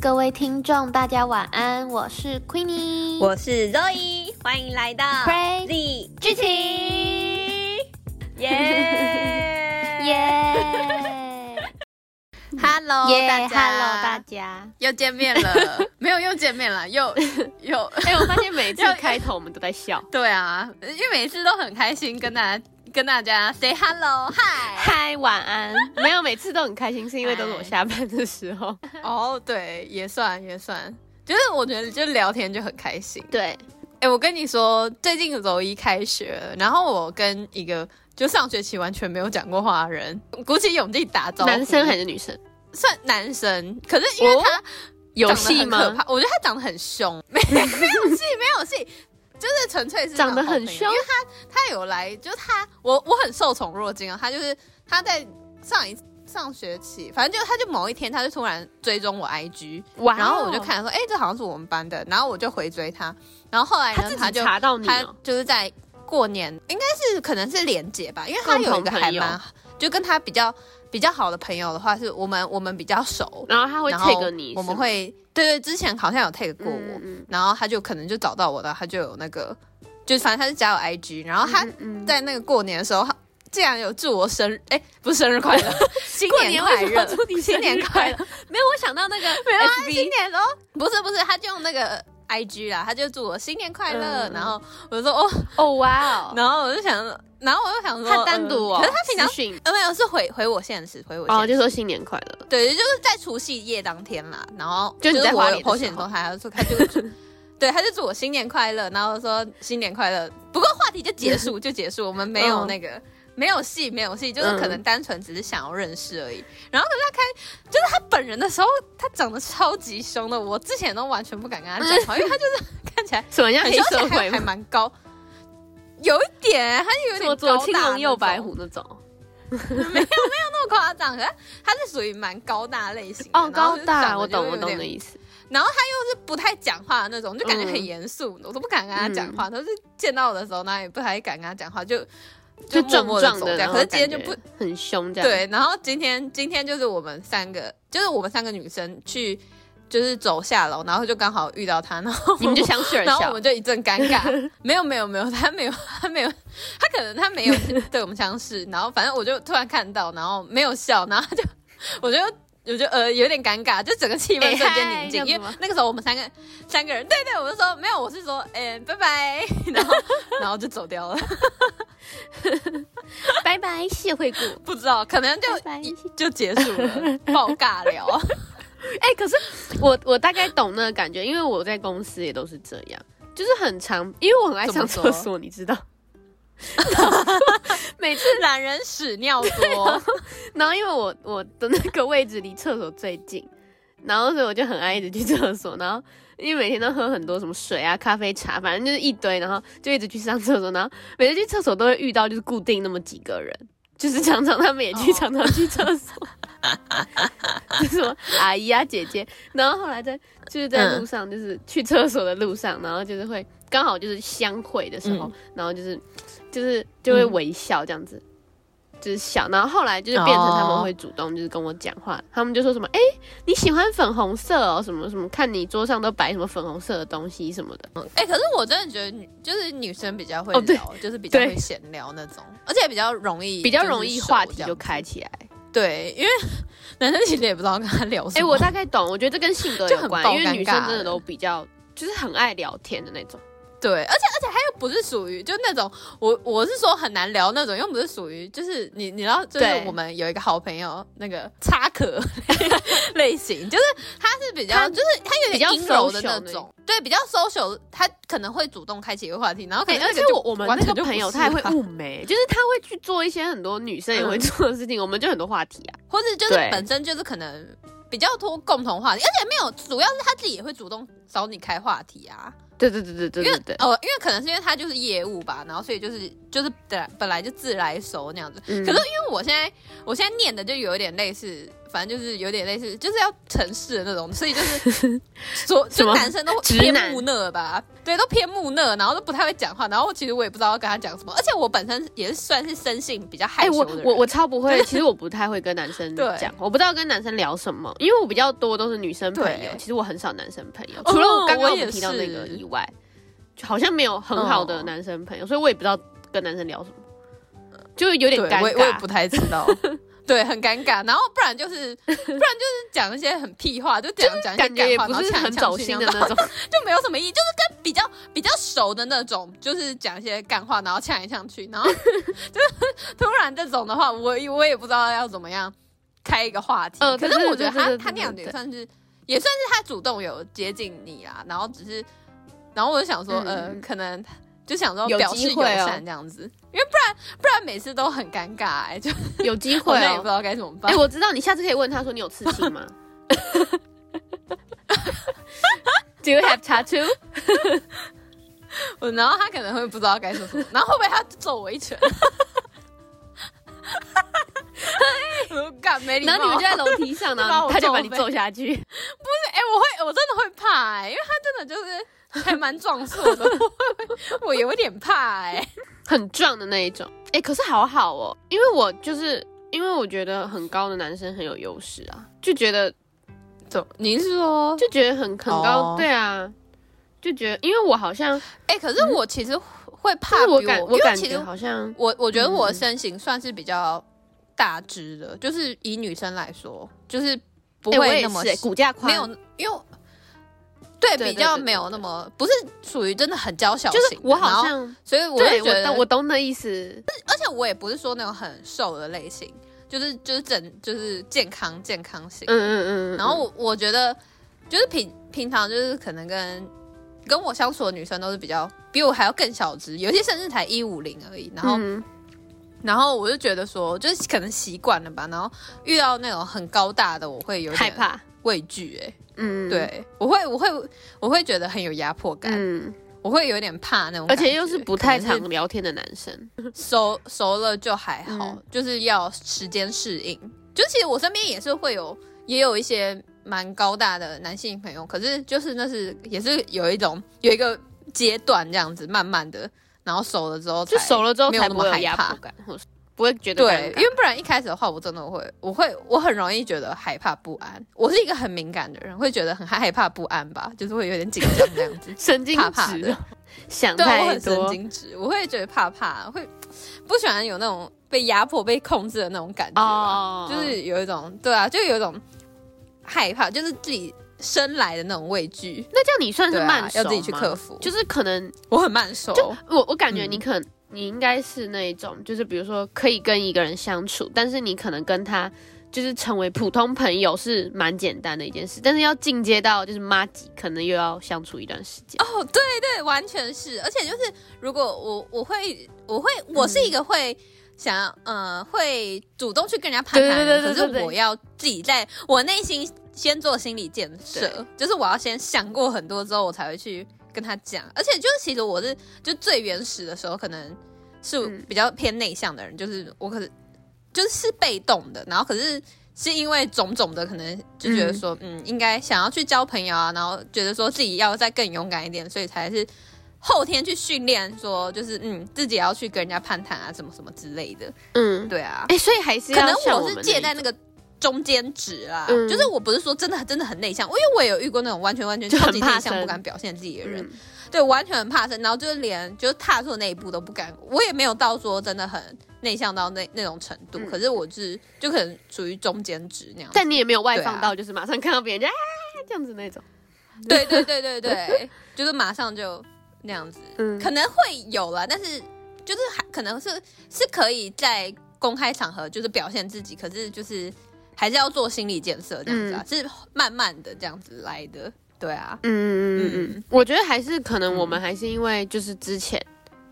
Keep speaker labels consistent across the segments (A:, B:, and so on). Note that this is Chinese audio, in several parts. A: 各位听众，大家晚安，我是 Queenie，
B: 我是 Zoe，欢迎来到
A: Pray
B: Z
A: 剧情
B: 耶
A: 耶
C: Hello，
A: 耶
C: 大家
A: ，Hello 大家，
C: 又见面了， 没有又见面了，又又。
D: 哎、我发现每次开头我们都在笑
C: 对啊，因为每次都很开心跟大家跟大家 say hello hi
D: 嗨，晚安。没有，每次都很开心，是因为都是我下班的时候。
C: 哦对，也算也算，就是我觉得就聊天就很开心。
D: 对，
C: 哎，我跟你说，最近周一开学了，然后我跟一个就上学期完全没有讲过话的人鼓起勇气打招呼，
D: 男生还是女生？
C: 算男生，可是因为
D: 哦
C: 他。
D: 有
C: 长得
D: 戏
C: 很可
D: 吗？
C: 怕，我觉得他长得很凶， 没没有戏，没有戏，就是纯粹是那种
D: 长得
C: 好
D: 很
C: 朋友
D: 凶
C: 因为他他有来，就是他我我很受宠若惊啊，他就是他在上一上学期，反正就他就某一天他就突然追踪我 IG，、
D: 哇哦
C: 然后我就，看说，哎、这好像是我们班的，然后我就回追他，然后后来
D: 他
C: 呢
D: 自
C: 他
D: 己
C: 就
D: 查到你、
C: 他
D: 哦，
C: 就是在过年，应该是可能是连结吧，因为他有一
D: 共
C: 个
D: 同
C: 还
D: 朋友
C: 蛮就跟他比较比较好的朋友的话，是我们我们比较熟，
D: 然后他会
C: 然后
D: take 你，
C: 我们
D: 是吗
C: 会对对，之前好像有 take 过我，
D: 嗯嗯
C: 然后他就可能就找到我的，他就有那个，就反正他是加我 IG，然后他
D: 嗯
C: 在那个过年的时候，他竟然有祝我生日，哎，不是生日快乐， 新年快乐，新年快乐，
D: 没有，我想到那个
C: 没有啊，
D: FB
C: 新年的时候不是不是，他就用那个 IG 啦，他就祝我新年快乐，
D: 嗯嗯
C: 然后我就说哦，
D: 哦，哇哦，
C: 然后我就想，然后我就想说，
D: 他单独哦，
C: 嗯可是他平常
D: 私讯
C: 呃没有是回回我现实，回我现实
D: 哦，就说新年快乐，
C: 对，就是在除夕夜当天啦，然后
D: 就你在
C: 是我
D: 花
C: 有
D: 莲的
C: po
D: 时
C: 显
D: 候
C: 动态，他就说 他就对，他就祝我新年快乐，然后说新年快乐。不过话题就结 束，就结束，我们没有
D: 嗯
C: 那个、没有戏，没有戏，就是可能
D: 嗯
C: 单纯只是想要认识而已。然后可是他开，就是他本人的时候，他长得超级凶的，我之前都完全不敢跟他讲话，因为他就是 看起来
D: 什么像
C: 很
D: 黑
C: 凶，而
D: 社
C: 且还
D: 会
C: 还
D: 吗？
C: 蛮高。有一点，他有
D: 什么
C: 点
D: 左
C: 高
D: 青
C: 大
D: 龙右
C: 那
D: 白
C: 种
D: 虎那种？
C: 那么夸张，可是他是属于蛮高大类型的
D: 哦，
C: 然后
D: 高
C: 就
D: 大，
C: 长
D: 我
C: 得就
D: 懂，我
C: 有
D: 懂
C: 点
D: 你的意思。
C: 不太讲话的那种，就感觉很
D: 嗯
C: 严肃，我都不敢跟他讲话。都是见到我的时候，那也不太敢跟他讲话，就
D: 就
C: 默
D: 壮
C: 默
D: 壮
C: 走
D: 的，
C: 这
D: 然
C: 样。
D: 后
C: 可是今天就
D: 感
C: 不
D: 觉很凶这样。，
C: 对，然后今天今天就是我们三个，就是我们三个女生去，就是走下楼，然后就刚好遇到他，然后
D: 你们就相视而
C: 然后
D: 笑
C: 我。们就一阵尴尬。没有没有没有，他没有他没有，他可能他没 有对我们相视。然后反正我就突然看到，然后没有笑，然后他就我就。我就呃有点尴尬，就整个气氛
D: 哎
C: 瞬间
D: 嗨
C: 宁静，
D: 这样子
C: 因为
D: 吗
C: 那个时候我们三个三个人，对对，我就说没有，我是说，哎、拜拜，然后然后就走掉了，
D: 拜拜，谢惠顾。
C: 不知道可能就
A: 拜拜
C: 就结束了，爆尬聊，
D: 哎、可是我我大概懂那个感觉，因为我在公司也都是这样，就是很常，因为我很爱
C: 怎
D: 上厕
C: 么说
D: 所，你知道。
C: 每次懒人屎尿多，
D: 然后因为我我的那个位置离厕所最近， 然后所以我就很爱一直去厕所，然后因为每天都喝很多什么水啊、咖啡、茶，反正就是一堆，然后就一直去上厕所，然后每次去厕所都会遇到就是固定那么几个人，就是常常他们也去，
C: 哦
D: 常常去厕所， 就是什么阿姨啊、姐姐，然后后来在就是在路上，就是去厕所的路上，然后就是会刚好就是相会的时候，然后就是就是就会微笑这样子。就是笑，然后后来就是变成他们
C: 哦
D: 会主动就是跟我讲话他们就说什么哎、你喜欢粉红色哦什么什么，看你桌上都摆什么粉红色的东西什么的，
C: 哎、可是我真的觉得女就是女生比较会
D: 哦对
C: 聊，就是比较
D: 对
C: 会闲聊那种，而且比较容易
D: 比较
C: 就是
D: 容易
C: 熟
D: 话
C: 这
D: 题
C: 样
D: 就开起来。
C: 对，因为 男生其实也不知道跟他聊什
D: 哎、
C: 么。
D: 我大概懂，我觉得这跟性格
C: 就
D: 有
C: 很
D: 关
C: 爆，
D: 因为女
C: 尴
D: 生
C: 尬
D: 真的都比较就是很爱聊天的那种。
C: 对，而且而且他又不是属于就那种我我是说很难聊那种，又不是属于就是你你知道就是
D: 对
C: 我们有一个好朋友那 个插壳类 型，就是他是比较
D: 他
C: 就是他有
D: 比较
C: 点阴柔的
D: social
C: 那
D: 那
C: 种，对，比较 social，他可能会主动开启一个话题，然后可
D: 哎、
C: 能
D: 而
C: 那
D: 且
C: 个就
D: 我我们
C: 完
D: 那
C: 全
D: 个
C: 就不
D: 朋友
C: 是啊
D: 他也会
C: 他
D: 雾眉，就是他会去做一些很多女生也
C: 嗯
D: 会做的事情，我们就很多话题啊。
C: 或者就是
D: 对
C: 本身就是可能比较多共同话题，而且没有，主要是他自己也会主动找你开话题啊。
D: 对对对对对
C: 因为
D: 对对，
C: 哦，因为可能是因为他就是业务吧，然后所以就是就是本来本来就自来熟那样子。
D: 嗯
C: 可是因为我现在我现在念的就有点类似，反正就是有点类似，就是要城市的那种，所以就是 所
D: 什
C: 就
D: 么
C: 男生都
D: 直
C: 偏
D: 男
C: 木讷吧，对，都偏木讷，然后都不太会讲话，然后其实我也不知道要跟他讲什么，而且我本身也是算是生性比较害
D: 哎、
C: 羞
D: 我
C: 的人，
D: 我我超 不会，其实我不太会跟男生
C: 对
D: 讲，我不知道跟男生聊什么，因为我比较多都是女生朋友
C: 对，
D: 其实我很少男生朋友，
C: 哦
D: 除了我刚刚
C: 我
D: 我
C: 也
D: 们提到那个
C: 是
D: 以外，就好像没有很好的
C: 哦
D: 男生朋友，所以我也不知道跟男生聊什么，就有点
C: 对
D: 尴
C: 我也我也
D: 尬
C: 不。太知 道。对，很尴尬，然后不然就是，不然就是讲一些很屁话，就讲讲一些
D: 感觉也
C: 干话，然
D: 不
C: 后
D: 是
C: 呛来
D: 很
C: 呛
D: 走
C: 去
D: 心
C: 那
D: 的
C: 样
D: 那种，
C: 就没有什么意义，就是跟比较比较熟的那种，就是讲一些干话，然后呛来呛去，然后 就是突然这种的话，我我也不知道要怎么样开一个话题。
D: 呃
C: 可
D: 对
C: 是
D: 对
C: 我觉得
D: 对对
C: 他
D: 对
C: 他
D: 对
C: 那样
D: 对
C: 也算是也算是他主动有接近你啦，然后只是，然后我就想说，
D: 嗯
C: 呃，可能就想说
D: 有
C: 表
D: 机
C: 示友
D: 会哦
C: 善这样子，因为不然不然每次都很尴尬、哎，就
D: 有机
C: 我
D: 会
C: 现在也不知
D: 哦。
C: 道该怎么办。
D: 哎、我知道，你下次可以问他说你有刺 青吗？Do you have tattoo？
C: 我呃然后他可能会不知道该说 什么，然后会不会他揍我一拳？ 我干没礼貌。
D: 然哎后你们就在楼梯上，然
C: 就把
D: 后
C: 我
D: 他就把
C: 揍
D: 你
C: 飞
D: 揍下去。
C: 哎、我会，我真的会怕、哎因为他真的就是还蛮壮硕 的，我会我有点怕哎、
D: 很壮的那一种。哎、可是好好哦，因为我就是因为我觉得很高的男生很有优势啊，就觉得
C: 怎？你是说？
D: 就觉得很很高
C: 哦
D: 对啊，就觉得因为我好像，
C: 哎、可是我其实会怕
D: 但
C: 比
D: 是我感
C: 因
D: 我
C: 为
D: 感
C: 其
D: 觉
C: 实
D: 好像，
C: 我我觉得我的身形算是比较大只的，就是以女生来说，就是不
D: 哎、我
C: 会
D: 也
C: 那么
D: 是、哎骨架宽，
C: 没有，因为我对
D: 对
C: 比较
D: 对对
C: 没有那么不是属于真的很娇小
D: 就
C: 型的，
D: 是我好
C: 然后
D: 像，
C: 所以我
D: 对
C: 就
D: 我
C: 觉得
D: 懂我懂的意思，
C: 而且我也不是说那种很瘦的类型，就是就是整就是健康健康型。
D: 嗯嗯嗯嗯，
C: 然后我我觉得就是平平常就是可能跟跟我相处的女生都是比较比我还要更小只，有些甚至才一五零而已。然后、
D: 嗯
C: 然后我就觉得说，就是可能习惯了吧。然后遇到那种很高大的，我会有
D: 害
C: 点
D: 怕，
C: 畏惧、欸。
D: 嗯，
C: 对，我会，我会，我会觉得很有压迫感，
D: 嗯，
C: 我会有点怕那种
D: 而
C: 感觉，
D: 且又是不太
C: 可能
D: 常聊天的男生，
C: 是熟熟了就还好，
D: 嗯
C: 就是要时间适应。就其实我身边也是会有，也有一些蛮高大的男性朋友，可是就是那是也是有一种有一个阶段这样子，慢慢的，然后熟了之后
D: 就
C: 才
D: 熟了之后
C: 没有
D: 才
C: 那
D: 不
C: 么
D: 会有
C: 害
D: 压
C: 怕
D: 迫感，或是不会觉得
C: 对，
D: 尴尬
C: 因为不然一开始的话，我真的会，我会，我很容易觉得害怕不安。我是一个很敏感的人，会觉得很害怕不安吧，就是会有点紧张这样子。
D: 神经
C: 怕怕
D: 质
C: 的，
D: 想
C: 对，我
D: 太
C: 很神
D: 多。
C: 经质，我会觉得怕怕，会不喜欢有那种被压迫、被控制的那种感觉吧，
D: 哦，
C: 就是有一种对啊，就有一种害怕，就是自己生来的那种畏惧，
D: 那这样你算是
C: 对
D: 慢
C: 啊，
D: 熟、
C: 要自己去克，服。就
D: 就是可能
C: 我很慢熟，
D: 就我我感觉
C: 嗯
D: 你可能、你应该是那一种，就是比如说可以跟一个人相处，但是你可能跟他就是成为普通朋友是蛮简单的一件事，但是要进阶到就是妈吉，可能又要相处一段时间。
C: 哦，对对，完全是，而且就是如果我我会我会我
D: 嗯
C: 是一个会。想要呃，会主动去跟人家攀谈的人，
D: 对对对对对
C: 可是我要自己在我内心先做心理建设
D: 对，
C: 就是我要先想过很多之后，我才会去跟他讲。而且就是其实我是就最原始的时候，可能是
D: 嗯
C: 比较偏内向的人，就是我可是就是是被动的，然后可是是因为种种的，可能就觉得说，嗯应该想要去交朋友啊，然后觉得说自己要再更勇敢一点，所以才是后天去训练，说就是嗯，自己也要去跟人家攀谈啊，什么什么之类的。
D: 嗯，
C: 对啊，
D: 哎、所以还是
C: 可能
D: 要像
C: 我
D: 们
C: 是介在
D: 那
C: 那个中间值啦，
D: 嗯
C: 就是我不是说真的真的很内向，因为我也有遇过那种完全完全
D: 就很
C: 超级内
D: 怕
C: 向
D: 生
C: 不敢表现自己的
D: 种
C: 人，
D: 嗯
C: 对，完全很怕生，然后就是连就是踏出那一步都不敢。我也没有到说真的很内向到那那种程度，
D: 嗯
C: 可是我是就可能属于中间值那样子。
D: 但你也没有外
C: 对啊
D: 放到，就是马上看到别人就啊这样子那种。
C: 对对对对对， 就是马上就那样子，
D: 嗯
C: 可能会有了，但是就是还可能是是可以在公开场合就是表现自己，可是就是还是要做心理建设这样子啊，是慢慢的这样子来的，对啊，
D: 嗯嗯嗯嗯，我觉得还是可能我们还是因为就是之前，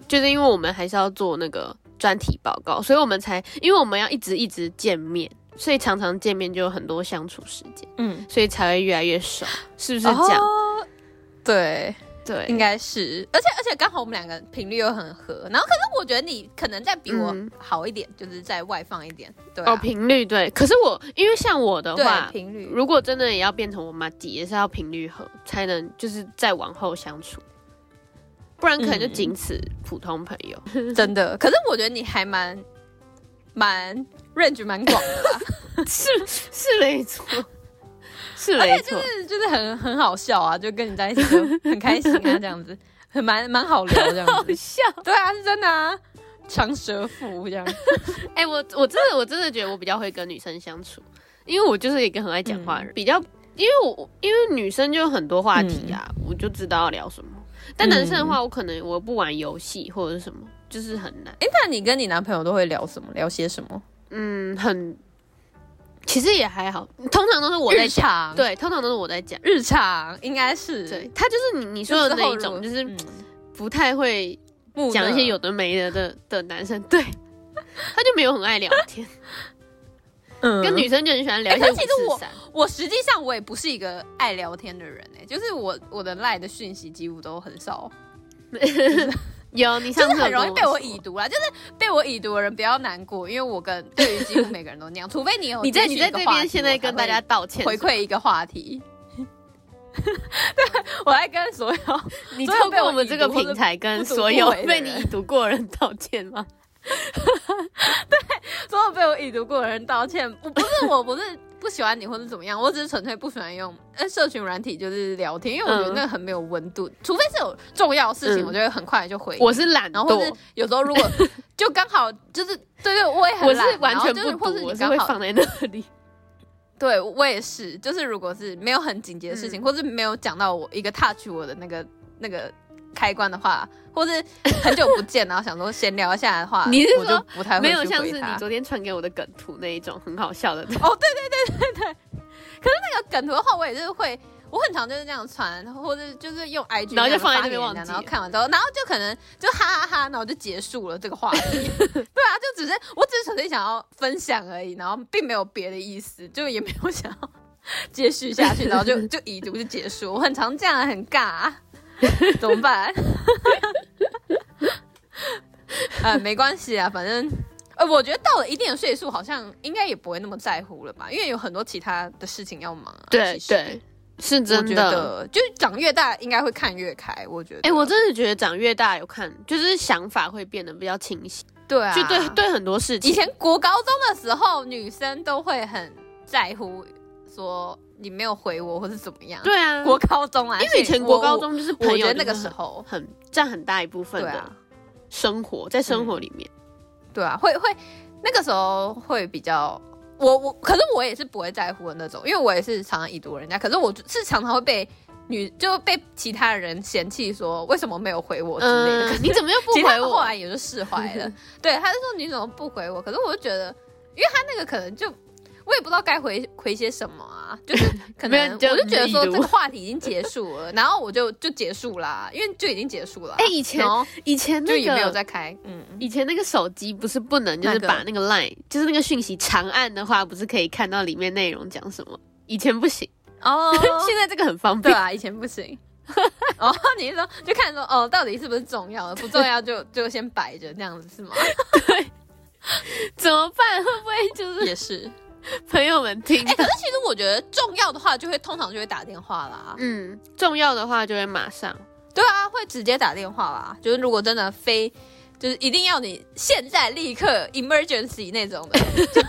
D: 就是因为我们还是要做那个专题报告，所以我们才因为我们要一直一直见面，所以常常见面就有很多相处时间，
C: 嗯，
D: 所以才会越来越熟，是不是这样？
C: 哦对，
D: 对，
C: 应该是，而且而且刚好我们两个频率又很合，然后可是我觉得你可能再比我
D: 嗯
C: 好一点，就是再外放一点，对、啊，
D: 哦频率对。可是我因为像我的话
C: 对，频率，
D: 如果真的也要变成我妈弟，也是要频率合，才能就是再往后相处，不然可能就
C: 嗯
D: 仅此普通朋友。
C: 真的，可是我觉得你还蛮蛮 range 蛮广的啦，
D: 是 是没 错，是没错。
C: 就是就是很很好笑啊，就跟你在一起就很开心啊，这样子，很蛮蛮好聊这样 子，
D: 笑，
C: 对啊，是真的啊，长舌妇这样，
D: 哎、我我真的我真的觉得我比较会跟女生相处，因为我就是一个很爱讲话
C: 嗯
D: 的人，比较因为我因为女生就有很多话题啊，
C: 嗯
D: 我就知道要聊什么。但男生的话，我可能我不玩游戏或者是什么，就是很难。
C: 哎、那你跟你男朋友都会聊什么？聊些什么？
D: 嗯，很其实也还好，通常都是我在
C: 日
D: 讲，
C: 常，，
D: 对，通常都是我在讲。
C: 日常应该是
D: 对，他就是你你说的那一种，就是
C: 嗯
D: 不太会讲一些有的没的的的男生，对，他就没有很爱聊天，跟
C: 跟
D: 女生就很喜欢聊一
C: 嗯哎可
D: 些
C: 是
D: 五
C: 其实
D: 四
C: 我
D: 三。
C: 我实际上我也不是一个爱聊天的人哎、就是我我的赖的讯息几乎都很少，
D: 有，你
C: 就
D: 上
C: 是
D: 次
C: 很
D: 有
C: 容易
D: 跟
C: 被我
D: 说
C: 已读啦，就是被我已读的人不要难过，因为我跟对于几乎每个人都那样，除非你有
D: 你在
C: 接
D: 你
C: 续
D: 在
C: 一个
D: 这
C: 话
D: 边
C: 题
D: 现在跟大家道歉，
C: 我才会回馈一个话题。对，我在跟所有
D: 你
C: 所有
D: 透
C: 被
D: 过
C: 我
D: 我们
C: 已
D: 这
C: 读
D: 个
C: 或
D: 平
C: 者
D: 台跟
C: 不读
D: 所
C: 不
D: 有
C: 回的
D: 被你
C: 人
D: 已读过的人道歉吗？
C: 所有被我已读过的人道歉。我不是我不是不喜欢你或者怎么样，我只是纯粹不喜欢用呃社群软体就是聊天，因为我觉得
D: 嗯
C: 那个很没有温度。除非是有重要的事情，
D: 嗯
C: 我就会很快就回应。
D: 我是懒
C: 然后或是
D: 惰，
C: 有时候 如果就刚好就是对对，我也很
D: 我
C: 懒
D: 是完全
C: 然后就是
D: 不
C: 或是
D: 读，我
C: 你
D: 是
C: 刚
D: 会
C: 好
D: 放在那里。
C: 对我也是，就是如果是没有很紧急的事情，
D: 嗯
C: 或是没有讲到我一个 touch 我的那个那个开关的话，或是很久不见，然后想说闲聊一下的话，
D: 你是
C: 我
D: 说
C: 就不太会
D: 没有
C: 去
D: 像
C: 回
D: 是
C: 他
D: 你昨天传给我的梗图那一种很好笑的，
C: 梗图的话，我也是会，我很常就是这样传，或者就是用 IG，
D: 然
C: 那
D: 后就
C: 样
D: 放在
C: 发
D: 那边
C: 给人家
D: 忘记
C: 然后看完之后，然后就可能就哈哈哈，然后就结束了这个话题。 对啊，就只是我只是纯粹想要分享而已，然后并没有别的意思，就也没有想要接续下去，然后就就已读就结束。我很常这样，很尬、怎么办？呃，没关系啊，反正。呃，我觉得到了一定的岁数，好像应该也不会那么在乎了吧，因为有很多其他的事情要忙啊。
D: 对
C: 其实
D: 对，是真
C: 我觉
D: 的。
C: 得就是长越大应该会看越开，我觉得。
D: 哎、我真的觉得长越大有看，就是想法会变得比较清晰，
C: 对啊，
D: 就对对很多事情。
C: 以前国高中的时候，女生都会很在乎说你没有回我或是怎么样。，
D: 对啊，
C: 国高中啊，
D: 因为以前国高
C: 而
D: 中就是
C: 且我，我
D: 朋
C: 觉
D: 友
C: 得
D: 就
C: 那个
D: 是
C: 时候，
D: 很占很大一部分
C: 对
D: 的
C: 啊，
D: 生活，在生活里面，
C: 对啊，会会那个时候会比较。我我，可是我也是不会在乎的那种，因为我也是常常已读人家，可是我是常常会被女就被其他人嫌弃说为什么没有回我之类的，可
D: 嗯，你怎么又 不
C: 其实他
D: 回
C: 们后
D: 我？
C: 来也就释怀 了。对，他就说你怎么不回我？可是我就觉得，因为他那个可能就我也不知道该回回些什么啊，就是 可
D: 没有
C: 能我
D: 就
C: 就觉得
D: 已
C: 说
D: 读
C: 这个话题已经结束了， 然后我就就结束啦，因为就已经结束了啊。
D: 哎、以前
C: 然后
D: 以前
C: 就
D: 那
C: 也没有
D: 个
C: 再开，嗯，
D: 以前那个手机不是不能，就是
C: 那个
D: 把那个 line，就是那个讯息长按的话，不是可以看到里面内容讲什么？以前不行，
C: 哦
D: 现在这个很方
C: 对
D: 便。
C: 啊，以前不行。哦，你是说就看说哦，到底是不是重要的？不重要就 就先摆着这样子是吗？
D: 怎么办？会不会就是
C: 也是，
D: 朋友们听
C: 哎、可
D: 到？
C: 是其实我觉得重要的话就会通常就会打电话啦。
D: 嗯，重要的话就会马上。
C: 对啊，会直接打电话啦。就是如果真的非，就是一定要你现在立刻 emergency 那种的， 就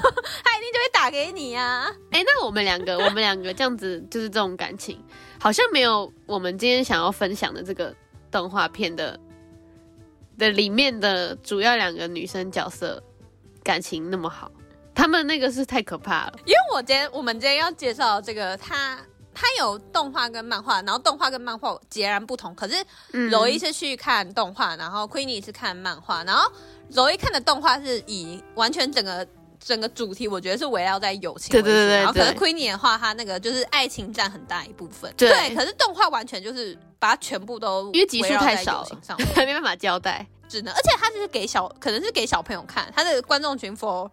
C: 他一定就会打给你啊。
D: 哎、那我们两个，我们两个这样子，就是这种感情，好像没有我们今天想要分享的这个动画片的的里面的主要两个女生角色感情那么好。他们那个是太可怕了，
C: 因为我今天我们今天要介绍这个，它它有动画跟漫画，然后动画跟漫画截然不同。可是
D: 嗯
C: 柔一是去看动画，然后 Queenie 是看漫画，然后柔一看的动画是以完全整个。整个主题我觉得是围绕在友情
D: 对
C: 为主，
D: 对对对
C: 然后可是
D: 对
C: Queenie 的话，她那个就是爱情占很大一部分，
D: 对
C: 可是动画完全就是把它全部都
D: 因为集数
C: 围绕在
D: 太少
C: 友情上，
D: 还没办法交 代。
C: 只能而且它是给小，可能是给小朋友看，它的观众群 for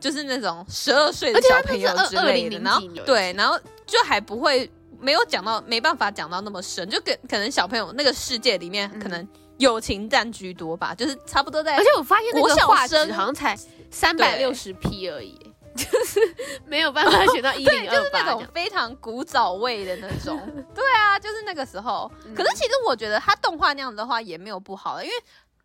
C: 就是那种十二岁的
D: 而且
C: 小
D: 它
C: 朋
D: 那是
C: 友之
D: 2000
C: 类的，
D: 零几
C: 然后
D: 年
C: 对，然后就还不会没有讲到，没办法讲到那么深，就跟可能小朋友那个世界里面，可能友情占居多吧，就是差不多在
D: 嗯而且我发现那
C: 国
D: 个
C: 小
D: 画质
C: 生
D: 好像才三百六十 P 而已，就是没有办法选到一
C: 对，
D: 零
C: 就是
D: 二
C: 那
D: 八
C: 种。非常古早味的那 种。对啊，就是那个时候。嗯可
D: 嗯
C: 是其实我觉得他动画那样子的话也没有不好的，因为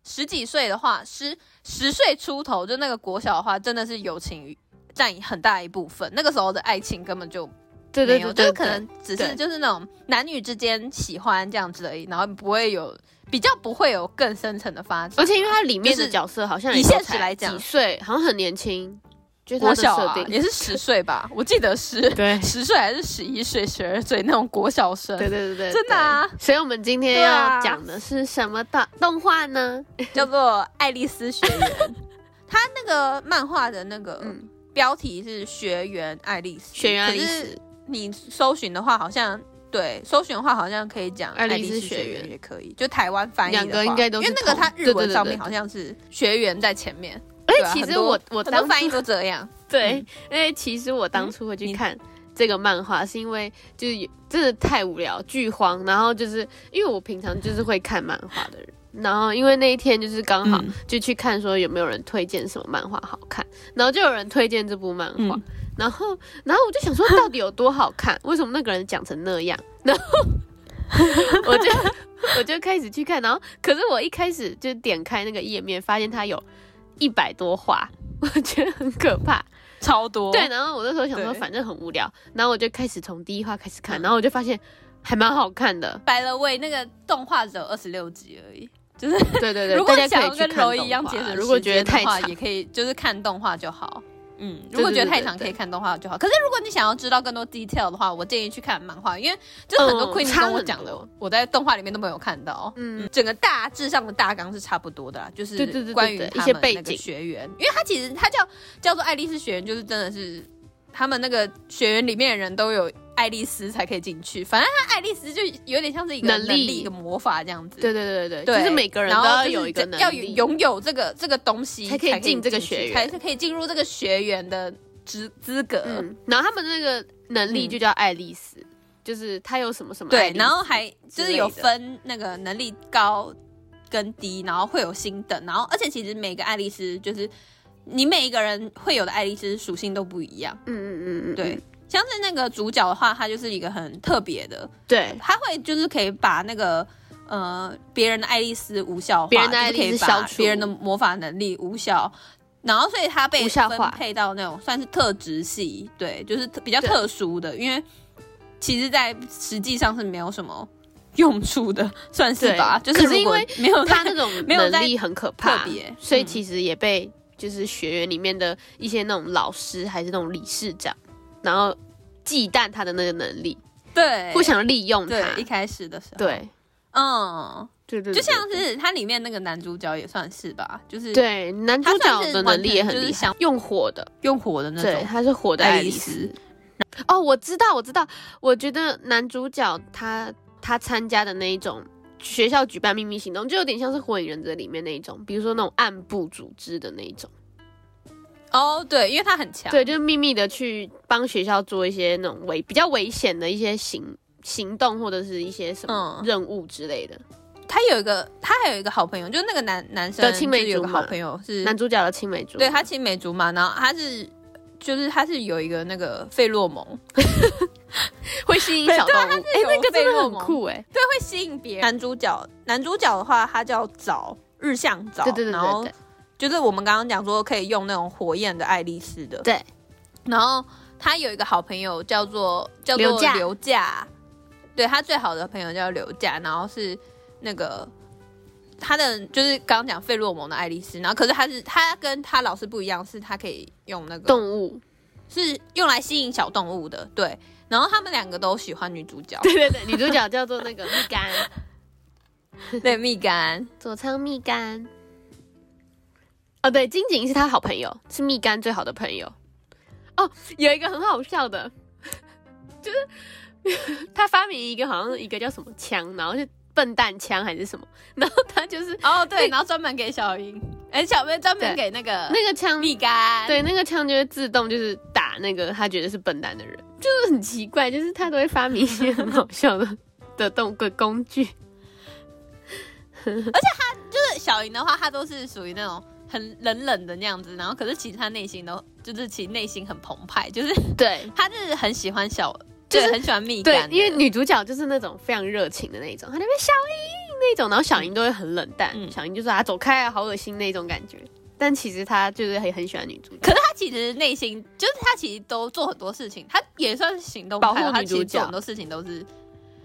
C: 十几岁的话，十十岁出头就那个国小的话，真的是友情占很大一部分。那个时候的爱情根本就
D: 对
C: 没
D: 对
C: 有，就
D: 对，
C: 是
D: 对
C: 可能只是
D: 对
C: 就是那种男女之间喜欢这样子而已，然后不会有比较不会有更深层的发展。
D: 而且因为它里面
C: 就
D: 的
C: 是
D: 角色好像
C: 以
D: 也都
C: 现实
D: 才
C: 来讲
D: 几岁好像很年轻，就是它
C: 国
D: 的
C: 小
D: 设
C: 啊
D: 定。
C: 也是十岁吧，我记得是
D: 对
C: 十岁还是十一岁、十二岁那种国小生。
D: 对对对对，
C: 真的啊
D: 对。所以我们今天
C: 对啊
D: 要讲的是什么的动画呢？
C: 叫做《爱丽丝学园》， 他那个漫画的那个
D: 嗯
C: 标题是《学园爱丽丝》，
D: 学员爱丽
C: 可是
D: 丝，
C: 你搜寻的话，好像对搜寻的话，好像可以讲《爱
D: 爱丽
C: 丽
D: 丝
C: 丝
D: 学
C: 学园
D: 园》
C: 也可以，就台湾翻译的话
D: 两个应该都是
C: 因为那个它
D: 同
C: 日
D: 对对
C: 文
D: 对
C: 上
D: 对
C: 面好像是“学园”在前面，
D: 而
C: 对啊
D: 且其
C: 很
D: 实
C: 多
D: 我我
C: 很多
D: 当
C: 翻
D: 初
C: 译 都这 样。
D: 对，因为其实我当初会去看这个漫画，是因为就是有真的太无聊，剧荒。然后就是因为我平常就是会看漫画的人，然后因为那一天就是刚好
C: 嗯
D: 就去看说有没有人推荐什么漫画好看，然后就有人推荐这部漫画，
C: 嗯
D: 然后然后我就想说到底有多好看？ 为什么那个人讲成那样？ 然后我就 我就开始去看，然后可是我一开始就点开那个页面，发现它有一百多话， 我觉得很可怕。
C: 超多
D: 对，然后我那时候想说，
C: 哦对
D: 反正很无聊，然后我就开始从第一话开始看，
C: 嗯。
D: 然后我就发现还蛮好看的
C: 白了喂，那个动画只有二十六集而已。就是
D: 对对对，
C: 如果
D: 大家
C: 想要
D: 可以去
C: 跟
D: 看
C: 柔
D: 动
C: 一样
D: 画
C: 节省时间的话，
D: 如果觉得太长，
C: 也可以，就是看动画就好。嗯，
D: 对
C: 如果觉得太
D: 对
C: 长
D: 对对
C: 可以看动画就好。可是如果你想要知道更多 detail 的话，我建议去看漫画，因为就是很多
D: 嗯
C: Queen
D: 差
C: 跟我
D: 很
C: 讲的
D: 多，
C: 我在动画里面都没有看到。嗯
D: 嗯，
C: 整个大致上的大纲是差不多的啦，就是
D: 对对对对
C: 关于
D: 对
C: 他
D: 一些
C: 们
D: 背
C: 那个
D: 景
C: 学员，因为他其实他叫叫做爱丽丝学员，就是真的是他们那个学员里面的人都有爱丽丝才可以进去，反正他爱丽丝就有点像是一个
D: 能
C: 能
D: 力
C: 力一个魔法这样子。
D: 对对对对
C: 对，
D: 就是每个人
C: 然
D: 都
C: 后
D: 要
C: 就是
D: 有一个
C: 这
D: 能
C: 要
D: 力，
C: 拥有这个这个东西
D: 才可以进这个
C: 去
D: 学院
C: 才是可以进入这个学员的资资格。
D: 嗯，然后他们那个能力就叫爱丽丝，就是他有什么什么
C: 对
D: 爱丽，丝
C: 然后还就
D: 之
C: 是
D: 类
C: 有
D: 的
C: 分那个能力高跟低，然后会有星等，然后而且其实每个爱丽丝就是你每一个人会有的爱丽丝属性都不一样。
D: 嗯嗯嗯嗯，
C: 对，
D: 嗯
C: 像是那个主角的话，他就是一个很特别的，
D: 对，
C: 他会就是可以把那个呃别人的爱丽丝无效化，
D: 别人的
C: 就是
D: 爱丽丝
C: 可以把
D: 消除
C: 别人的魔法能力无效，然后所以他被
D: 无效
C: 分
D: 化
C: 配到那种算是特职系，对，就是特比较
D: 对
C: 特殊的，因为其实，在实际上是没有什么用处的，算是
D: 对
C: 吧，就
D: 可是
C: 如果
D: 因
C: 没有
D: 他
C: 在
D: 那种
C: 没有在
D: 能力很可怕
C: 特别，
D: 所以
C: 嗯
D: 其实也被就是学员里面的一些那种老师还是那种理事长，然后忌惮他的那个能力，
C: 对
D: 不想利用
C: 对
D: 他
C: 一。开始的时候，，
D: 对
C: 嗯，
D: 对对，
C: 就
D: 对
C: 像是它里面那个男主角也算是吧，就是
D: 对男主角的能力也很
C: 他算是完全就是
D: 厉害
C: 想，
D: 用火的，
C: 用火的那
D: 对，
C: 种
D: 他是火的爱
C: 爱
D: 丽
C: 丽
D: 丝。
C: 丝，
D: 哦，我知道，我知道，我觉得男主角他他参加的那一种。学校举办秘密行动，就有点像是《火影忍者》里面那一种，比如说那种暗部组织的那一种。
C: 哦，对，因为他很强，
D: 对，就是秘密的去帮学校做一些那种危比较危险的一些行行动或者是一些什么
C: 嗯
D: 任务之类的。
C: 他有一个，他还有一个好朋友，就是那个男男生
D: 的青梅
C: 就是有个
D: 竹马
C: 好朋友是，
D: 男主角的青梅竹马
C: 对他青梅竹马，然后他是就是他是有一个那个费洛蒙，
D: 会吸引小动物，哎、
C: 有
D: 那个真
C: 费洛
D: 的很
C: 蒙
D: 酷哎、
C: 对，会吸引别人。男主角男主角的话，他叫早日向早，
D: 对对对
C: 然后
D: 对对，
C: 就是我们刚刚讲说可以用那种火焰的爱丽丝的，
D: 对，
C: 然后他有一个好朋友叫做叫做
D: 刘驾
C: 刘驾，对他最好的朋友叫刘驾，然后是那个他的就是刚刚讲费洛蒙的爱丽丝，然后可是他是他跟他老师不一样，是他可以用那个
D: 动物，
C: 是用来吸引小动物的，对，然后他们两个都喜欢女主角，
D: 对对对，女主角叫做那个蜜柑，
C: 对蜜柑，
D: 佐仓蜜柑。哦，对，金井是他好朋友，是蜜柑最好的朋友。哦，有一个很好笑的，就是 他发明一个好像一个叫什么枪，然后是笨蛋枪还是什么，然后他就是
C: 哦对，然后专门给小樱，哎小妹专门
D: 对
C: 给那个
D: 那个枪，
C: 蜜柑，
D: 对，那个枪就会自动就是打打那个他觉得是笨蛋的人，就是很奇怪，就是他都会发明一些很好笑的 的动个工具。
C: 就是小莹的话，她都是属于那种很冷冷的那样子，然后可是其实她内心都就是其实内心很澎湃，就是
D: 对
C: 她是很喜欢小，
D: 就是
C: 对很喜欢蜜
D: 对
C: 柑，的，
D: 因为女主角就是那种非常热情的那种，她那边小莹那种，然后小莹都会很冷淡，
C: 嗯
D: 小莹就说啊走开啊，好恶心那种感觉。但其实她就是很很喜欢女主角，
C: 可是她其实内心就是她其实都做很多事情，她也算是行动派
D: 保护
C: 她
D: 女
C: 其实
D: 主
C: 做
D: 角
C: 很多事情都是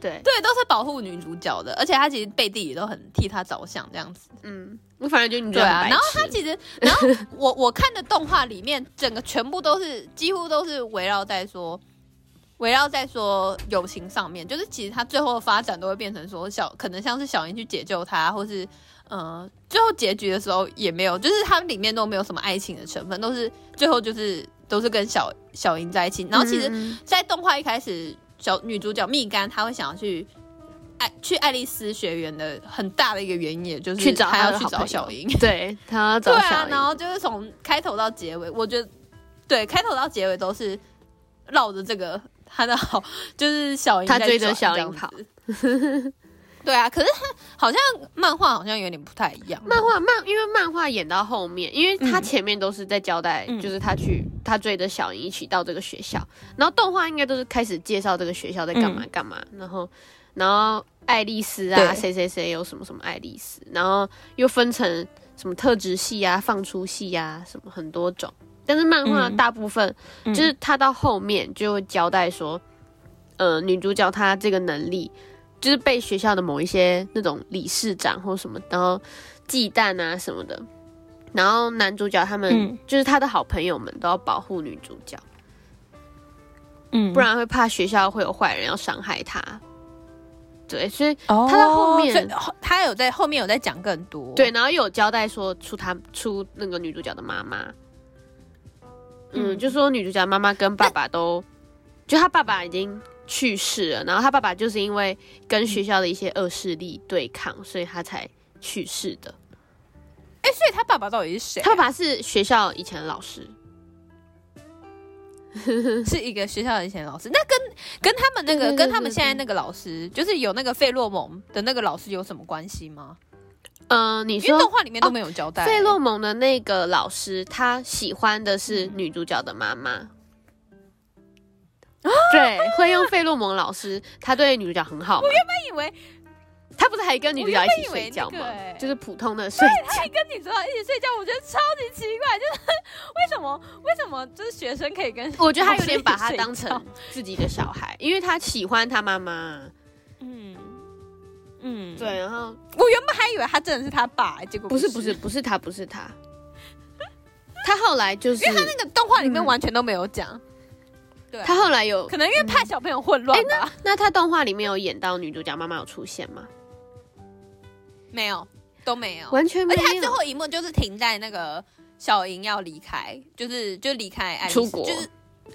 D: 对，
C: 对，都是保护女主角的，而且她其实背地里都很替她着想这样子。
D: 嗯，我反而觉得女主
C: 对
D: 角
C: 啊，
D: 很白
C: 然后
D: 痴
C: 她其 实，然后我我看的动画里面，整个全部都是几乎都是围绕在说，围绕在说友情上面，就是其实她最后的发展都会变成说小，可能像是小英去解救她，或是呃，最后结局的时候也没有，就是他们里面都没有什么爱情的成分，都是最后就是都是跟小小英在一起，然后其实
D: 嗯
C: 在动画一开始，小女主角蜜柑她会想要去爱去爱丽丝学园的很大的一个原因，也就是
D: 去找
C: 她
D: 她
C: 要
D: 的
C: 去
D: 好朋
C: 找
D: 友
C: 小樱。
D: 对她要
C: 对
D: 找小
C: 啊，
D: 莹，
C: 然后就是从开头到结尾，我觉得对开头到结尾都是绕着这个她的好，就是小樱
D: 她
C: 在
D: 追着
C: 转
D: 小
C: 这
D: 樱
C: 样
D: 跑
C: 子。 对啊，可是她好像漫画好像有点不太一样。啊
D: 漫画漫，因为漫画演到后面，因为他
C: 嗯
D: 前面都是在交代，
C: 嗯
D: 就是他去他追着小莹一起到这个学校，然后动画应该都是开始介绍这个学校在
C: 嗯
D: 干嘛干嘛，然后然后爱丽丝啊，
C: 对
D: 谁谁谁有什么什么爱丽丝，然后又分成什么特质系啊、放出系啊，什么很多种。但是漫画
C: 嗯
D: 大部分、
C: 嗯
D: 就是他到后面就会交代说，呃，女主角她这个能力就是被学校的某一些那种理事长或什么，然后忌惮啊什么的。然后男主角他们、
C: 嗯
D: 就是他的好朋友们都要保护女主角，
C: 嗯
D: 不然会怕学校会有坏人要伤害她。对，所以她到后面
C: 哦所以她有在后面有在讲更多。
D: 对，然后有交代说出他出那个女主角的妈妈，嗯，
C: 嗯
D: 就说女主角的妈妈跟爸爸都，就她爸爸已经去世了，然后她爸爸就是因为跟学校的一些恶势力对抗，所以他才去世的。
C: 哎、所以她爸爸到底是谁啊？
D: 他爸爸是学校以前的老师，
C: 是一个学校以前的老师，那跟跟他们那个
D: 对对对
C: 跟他们现在那个老师，就是有那个费洛蒙的那个老师有什么关系吗？
D: 嗯、你
C: 因为动
D: 说哦
C: 画里面都没有交代、
D: 费洛蒙的那个老师，他喜欢的是女主角的妈妈。啊对，会用费洛蒙老师，他对女主角很好嘛。
C: 他以为
D: 他不是还跟女主角一起睡觉
C: 我
D: 吗？
C: 原本以为那个欸
D: 就是普通的睡觉。
C: 跟你主角一起睡觉，我觉得超级奇怪，就是为什么为什么就是学生可以跟
D: 我觉得他有点把他当
C: 老师
D: 成自己的小孩，因为他喜欢他妈妈。
C: 嗯嗯，
D: 对，，然后
C: 我原本还以为他真的是他爸，结果
D: 不是
C: 是
D: 不是，不是他不是 他，他后来就是
C: 那个动画里面完全都没有讲。对啊，
D: 他后来有
C: 可能因为怕小朋友混乱吧，
D: 那他动画里面有演到女主角妈妈有出现吗？
C: 没有都没有，
D: 完全没
C: 而且他最
D: 有。
C: 后一幕就是停在那个小莹要离开，就是就离开爱丽丝
D: 出国
C: 就是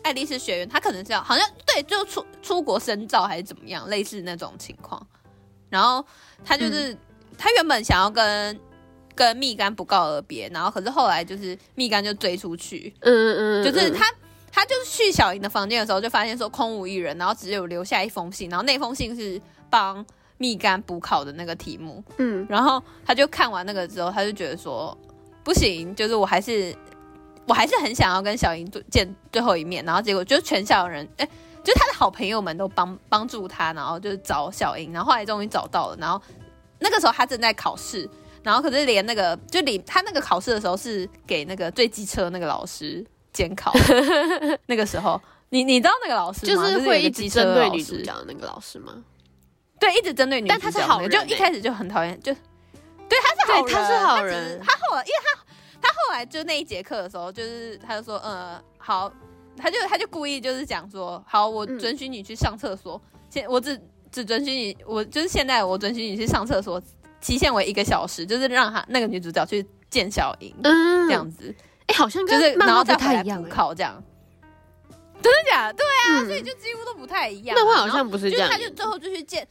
C: 爱丽丝学院，他可能是要好像对，就出出国深造还是怎么样，类似那种情况。然后他
D: 嗯
C: 就是、他原本想要跟跟蜜柑不告而别，然后可是后来就是蜜柑就追出去，
D: 嗯嗯嗯，
C: 就是
D: 嗯
C: 他。他就是去小莹的房间的时候，就发现说空无一人，然后只有留下一封信，然后那封信是帮蜜柑补考的那个题目，
D: 嗯
C: 然后他就看完那个之后，他就觉得说不行，就是我还是我还是很想要跟小莹最见最后一面。然后结果就全校人，哎，就是他的好朋友们都帮帮助他，然后就是找小莹，然后后来终于找到了。然后那个时候他正在考试，然后可是连那个就离他那个考试的时候是给那个最机车那个老师监考，那个时候。你你知道那个老师
D: 就
C: 吗？
D: 是
C: 是
D: 会
C: 有
D: 一
C: 个机
D: 直
C: 车
D: 针对
C: 老
D: 女主
C: 师
D: 角的那个老师吗？
C: 对，一直针对女主角
D: 但
C: 那个，
D: 他是好人
C: 就
D: 欸
C: 一开始就很讨厌，就对他是好
D: 对，
C: 人，
D: 他是好
C: 只
D: 人。
C: 他后来，因为他他后来就那一节课的时候，就是他就说，呃，好，他就他就故意就是讲说，好，我
D: 嗯
C: 准许你去上厕所，现我只只准许你，我就是现在我准许你去上厕所，期限为一个小时，就是让他那个女主角去见小莹、
D: 嗯，
C: 这样子，
D: 哎，好像
C: 就
D: 跟
C: 是
D: 漫
C: 然后
D: 画不
C: 再回
D: 太
C: 来
D: 一样
C: 补
D: 欸。
C: 考这样。真的假的？对啊，
D: 嗯
C: 所以就几乎都不太一样啊。
D: 漫画好
C: 然后
D: 像不是
C: 就
D: 这
C: 是
D: 样
C: 他就最后就去见，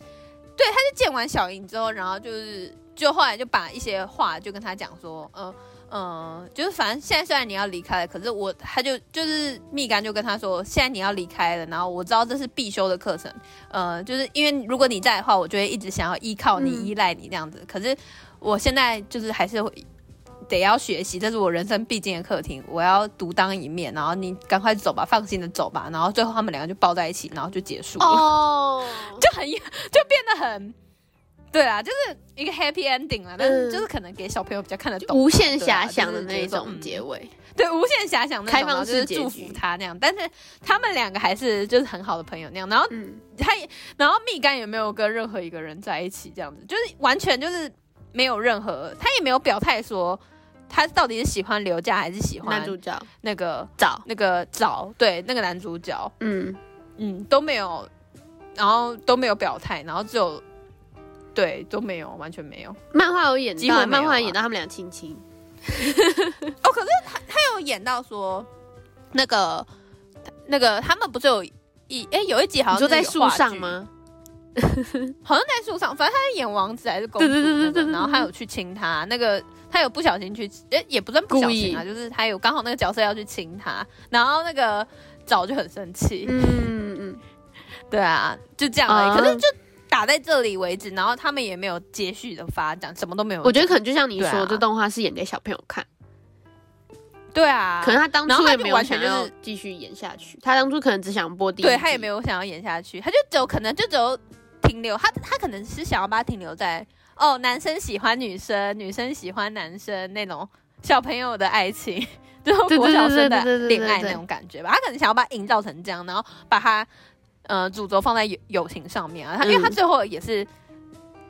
C: 对，他就见完小莹之后，然后就是就后来就把一些话就跟他讲说，呃嗯，就是反正现在虽然你要离开了，可是我他就就是蜜柑就跟他说，现在你要离开了，然后我知道这是必修的课程，呃，就是因为如果你在的话，我就会一直想要依靠你、
D: 嗯
C: 依赖你这样子。可是我现在就是还是会得要学习，这是我人生必经的课题，我要独当一面。然后你赶快走吧，放心的走吧。然后最后他们两个就抱在一起，然后就结束了，
D: 哦，
C: 就很 就变得很。对啊，就是一个 happy ending 啦，但是
D: 嗯
C: 就是可能给小朋友比较看得懂，
D: 无限
C: 对啊
D: 遐想的
C: 就是
D: 那
C: 觉
D: 一
C: 得说
D: 种
C: 嗯
D: 结尾，
C: 对，无限遐想那种，
D: 开放
C: 然后就是
D: 式结
C: 祝
D: 局
C: 福他那样。但是他们两个还是就是很好的朋友那样。然后
D: 嗯，
C: 他也，然后蜜柑也没有跟任何一个人在一起，这样子就是完全就是没有任何，他也没有表态说他到底是喜欢刘佳还是喜欢
D: 男主角
C: 那个
D: 找，
C: 那个早对那个男主角，
D: 嗯，
C: 嗯，都没有，然后都没有表态，然后只有对都没有，完全没有。
D: 漫画有演
C: 几乎没
D: 到，
C: 有
D: 漫画
C: 啊
D: 演到他们俩亲亲，
C: 哦，可是他他有演到说那个那个他们不是有一哎、有一集好像
D: 你说在
C: 是有
D: 树
C: 话
D: 上
C: 剧？
D: 吗？
C: 好像在树上，反正他是演王子还是公主、那
D: 对
C: 个，
D: 对对对对对
C: 然后他有去亲他，那个他有不小心去，哎、也不算不小心啊，
D: 故
C: 就是他有刚好那个角色要去亲他，然后那个早就很生气，
D: 嗯嗯
C: 对啊，就这样而已。
D: 啊
C: 可是就打在这里为止，然后他们也没有接续的发展，什么都没有。
D: 嗯，我觉得可能就像你
C: 对啊
D: 说，这动画是演给小朋友看，
C: 对啊，
D: 可能他当
C: 然后
D: 初
C: 他
D: 也
C: 就
D: 没有
C: 完全
D: 想
C: 就是
D: 要继续演下去，他当初可能只想播第一集，
C: 对他也没有想要演下去，他就只有可能就只有停留，他他可能是想要把它停留在哦，男生喜欢女生，女生喜欢男生那种小朋友的爱情， 就是
D: 对对
C: 国小生的
D: 对对对对对
C: 恋爱那种感觉吧。他可能想要把它营造成这样，然后把它呃主轴放在友友情上面啊。他因为他
D: 嗯
C: 最后也是、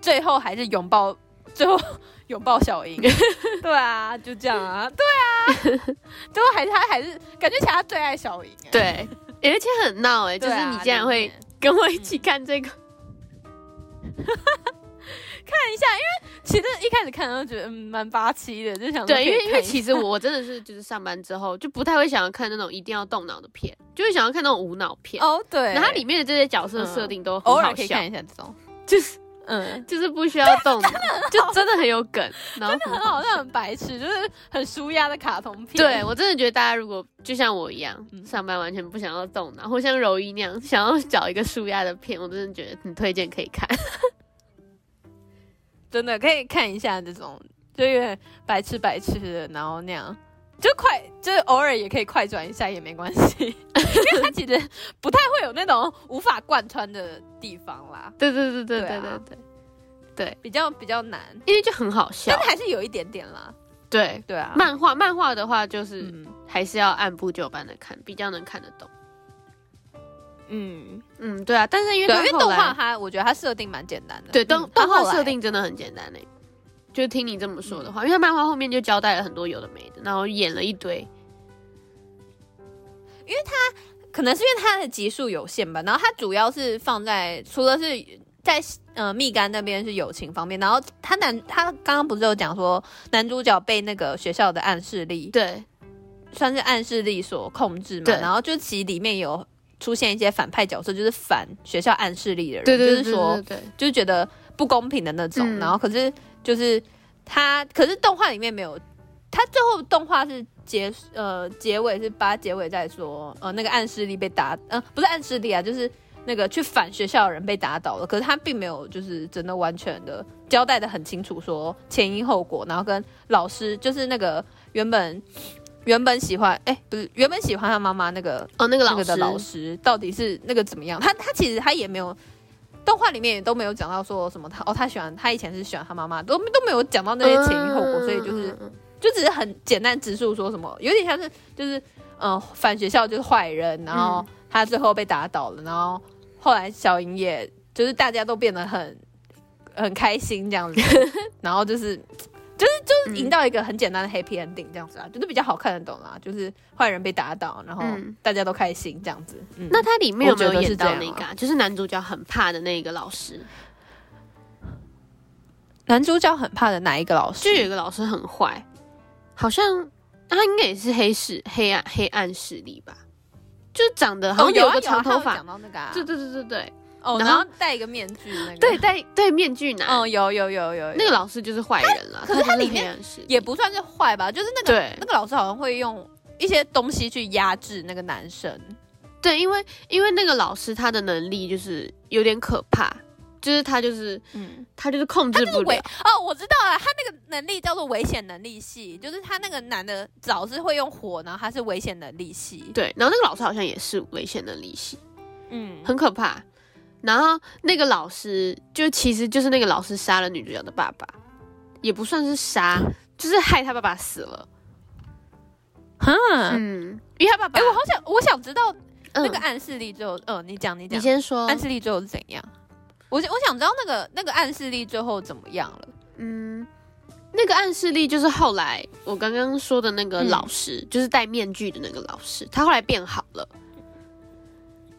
C: 最后还是拥抱，最后 拥抱小 樱，对啊，就这样啊，对啊，最后还是他还是感觉起来他最爱小樱、欸，
D: 对，而且很闹哎，就
C: 对啊，
D: 是你竟然
C: 难
D: 会
C: 免
D: 跟我一起看这个，
C: 看一下，因为其实一开始看都觉得嗯蛮八七的，就想说
D: 对，因
C: 可以
D: 为因为
C: 看一
D: 其实我我真的是就是上班之后就不太会想要看那种一定要动脑的片，就会想要看那种无脑片。
C: 哦对，
D: 然后它里面的这些角色设定都很
C: 偶
D: 好
C: 尔可以
D: 笑
C: 看，一下这种，
D: 就是
C: 嗯，
D: 就是不需要动，就 真的很有梗，然后
C: 很好，像很哦白痴，就是很舒压的卡通片。
D: 对我真的觉得大家如果就像我一样，
C: 嗯
D: 上班完全不想要动脑，或像柔一那样想要找一个舒压的片，我真的觉得很推荐可以看。
C: 真的可以看一下这种，就有点白痴白痴的，然后那样。就快，就是偶尔也可以快转一下也没关 系，因为它其实不太会有那种无法贯穿的地方啦，
D: 对对对对
C: 对
D: 对
C: 啊
D: 对对，
C: 比较比较难，
D: 因为就很好笑
C: 但是。还是有一点点啦，
D: 对，
C: 对啊，
D: 漫画漫画的话就是
C: 嗯
D: 还是要按部就班的看，比较能看得懂。
C: 嗯，
D: 嗯，对啊，但是因为嗯
C: 对，
D: 它
C: 因为
D: 后
C: 动
D: 来
C: 画它，我觉得它设定蛮简单的。嗯
D: 对动动
C: 它后
D: 画
C: 来
D: 设定真的很简单嘞、欸就听你这么说的话，因为它漫画后面就交代了很多有的没的，然后演了一堆。
C: 可能是因为它的集数有限吧，然后它主要是放在除了是在呃蜜柑那边是友情方面，然后他男他刚刚不是有讲说男主角被那个学校的暗势力
D: 对，
C: 算是暗势力所控制嘛，
D: 对
C: 然后就其实里面有出现一些反派角色，就是反学校暗势力的人，
D: 对对对
C: 就是
D: 对
C: 说
D: 对对，
C: 就是觉得不公平的那种。
D: 嗯
C: 然后可是就是他，可是动画里面没有，他最后动画是结呃结尾是把它结尾在说呃那个暗势力被打，呃不是暗势力啊，就是那个去反学校的人被打倒了。可是他并没有就是真的完全的交代的很清楚，说前因后果，然后跟老师就是那个原本。原本喜欢哎、不是原本喜欢他妈妈那个
D: 哦，那个
C: 那
D: 老
C: 个
D: 师，
C: 的老师到底是那个怎么样？他他其实他也没有，动画里面也都没有讲到说什么他哦，他喜欢他以前是喜欢他妈妈，都都没有讲到那些前因后果，
D: 嗯
C: 所以就是
D: 嗯嗯
C: 就只是很简单直述说什么，有点像是就是呃反学校就是坏人，然后
D: 嗯
C: 他最后被打倒了，然后后来小莹也就是大家都变得很很开心这样 子，然后就是就是就是营造一个很简
D: 嗯
C: 单的 happy ending 这样子啊，就是比较好看得懂啦，就是坏人被打倒，然后
D: 嗯
C: 大家都开心这样子。嗯，
D: 那它里面有没有
C: 我觉得
D: 演
C: 是
D: 到
C: 这样啊
D: 那个、啊？就是男主角很怕的那个老师，
C: 男主角很怕的哪一个老
D: 就有一
C: 师？
D: 个老师很坏，好像他应该也是黑势黑暗黑暗势力吧？就长得好像
C: 有
D: 个
C: 啊
D: 长头发，
C: 讲到那个啊，
D: 对对对对对。
C: 哦，
D: 然
C: 然
D: 后
C: 后戴一个面具那个，
D: 对，戴戴面具男，
C: 嗯，有有有有，有
D: 那个老师就是坏人了，
C: 可是他
D: 就是
C: 里面
D: 黑暗势力
C: 也不算是坏吧，就是那个
D: 对
C: 那个老师好像会用一些东西去压制那个男生，
D: 对，因为因为那个老师他的能力就是有点可怕，就是他就是
C: 嗯，
D: 他就是控制
C: 就是
D: 不
C: 危
D: 了，
C: 哦，我知道了，他那个能力叫做危险能力系，就是他那个男的早是会用火，然后他是危险能力系，
D: 对，然后那个老师好像也是危险能力系，
C: 嗯，
D: 很可怕。然后那个老师就其实就是那个老师杀了女主角的爸爸，也不算是杀，就是害他爸爸死了。
C: 哈，
D: 嗯，因为他爸爸，
C: 哎，我好想我想知道
D: 嗯
C: 那个暗示力最后，嗯，你讲你
D: 你
C: 讲，
D: 先说，
C: 暗示力最后是怎样？我想我想知道那个那个暗示力最后怎么样了。
D: 嗯，那个暗示力就是后来我刚刚说的那
C: 嗯
D: 个老师，就是戴面具的那个老师，他后来变好了，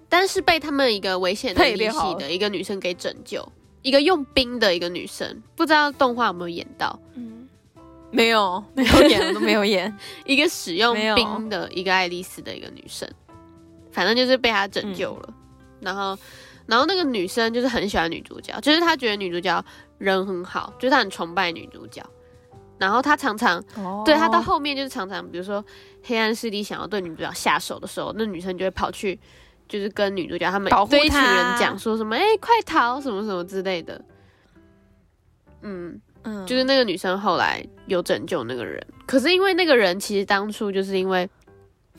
D: 但是被他们一个危险
C: 他
D: 的
C: 也
D: 力
C: 变好
D: 系
C: 了
D: 的一个女生给拯救，一个用冰的一个女生，不知道动画有没有演到，
C: 嗯，没 有，没有演，我都没有 演。
D: 一个使用
C: 没有
D: 冰的一个爱丽丝的一个女生，反正就是被他拯救了。然后，然后那个女生就是很喜欢女主角，就是她觉得女主角人很好，就是她很崇拜女主角。然后她常常，
C: 哦
D: 对她到后面就是常常，比如说黑暗势力想要对女主角下手的时候，那女生就会跑去，就是跟女主角他们
C: 保护
D: 对一群
C: 她
D: 人讲说什么，哎、快逃什么什么之类的。嗯，
C: 嗯
D: 就是那个女生后来有拯救那个人，可是因为那个人其实当初就是因为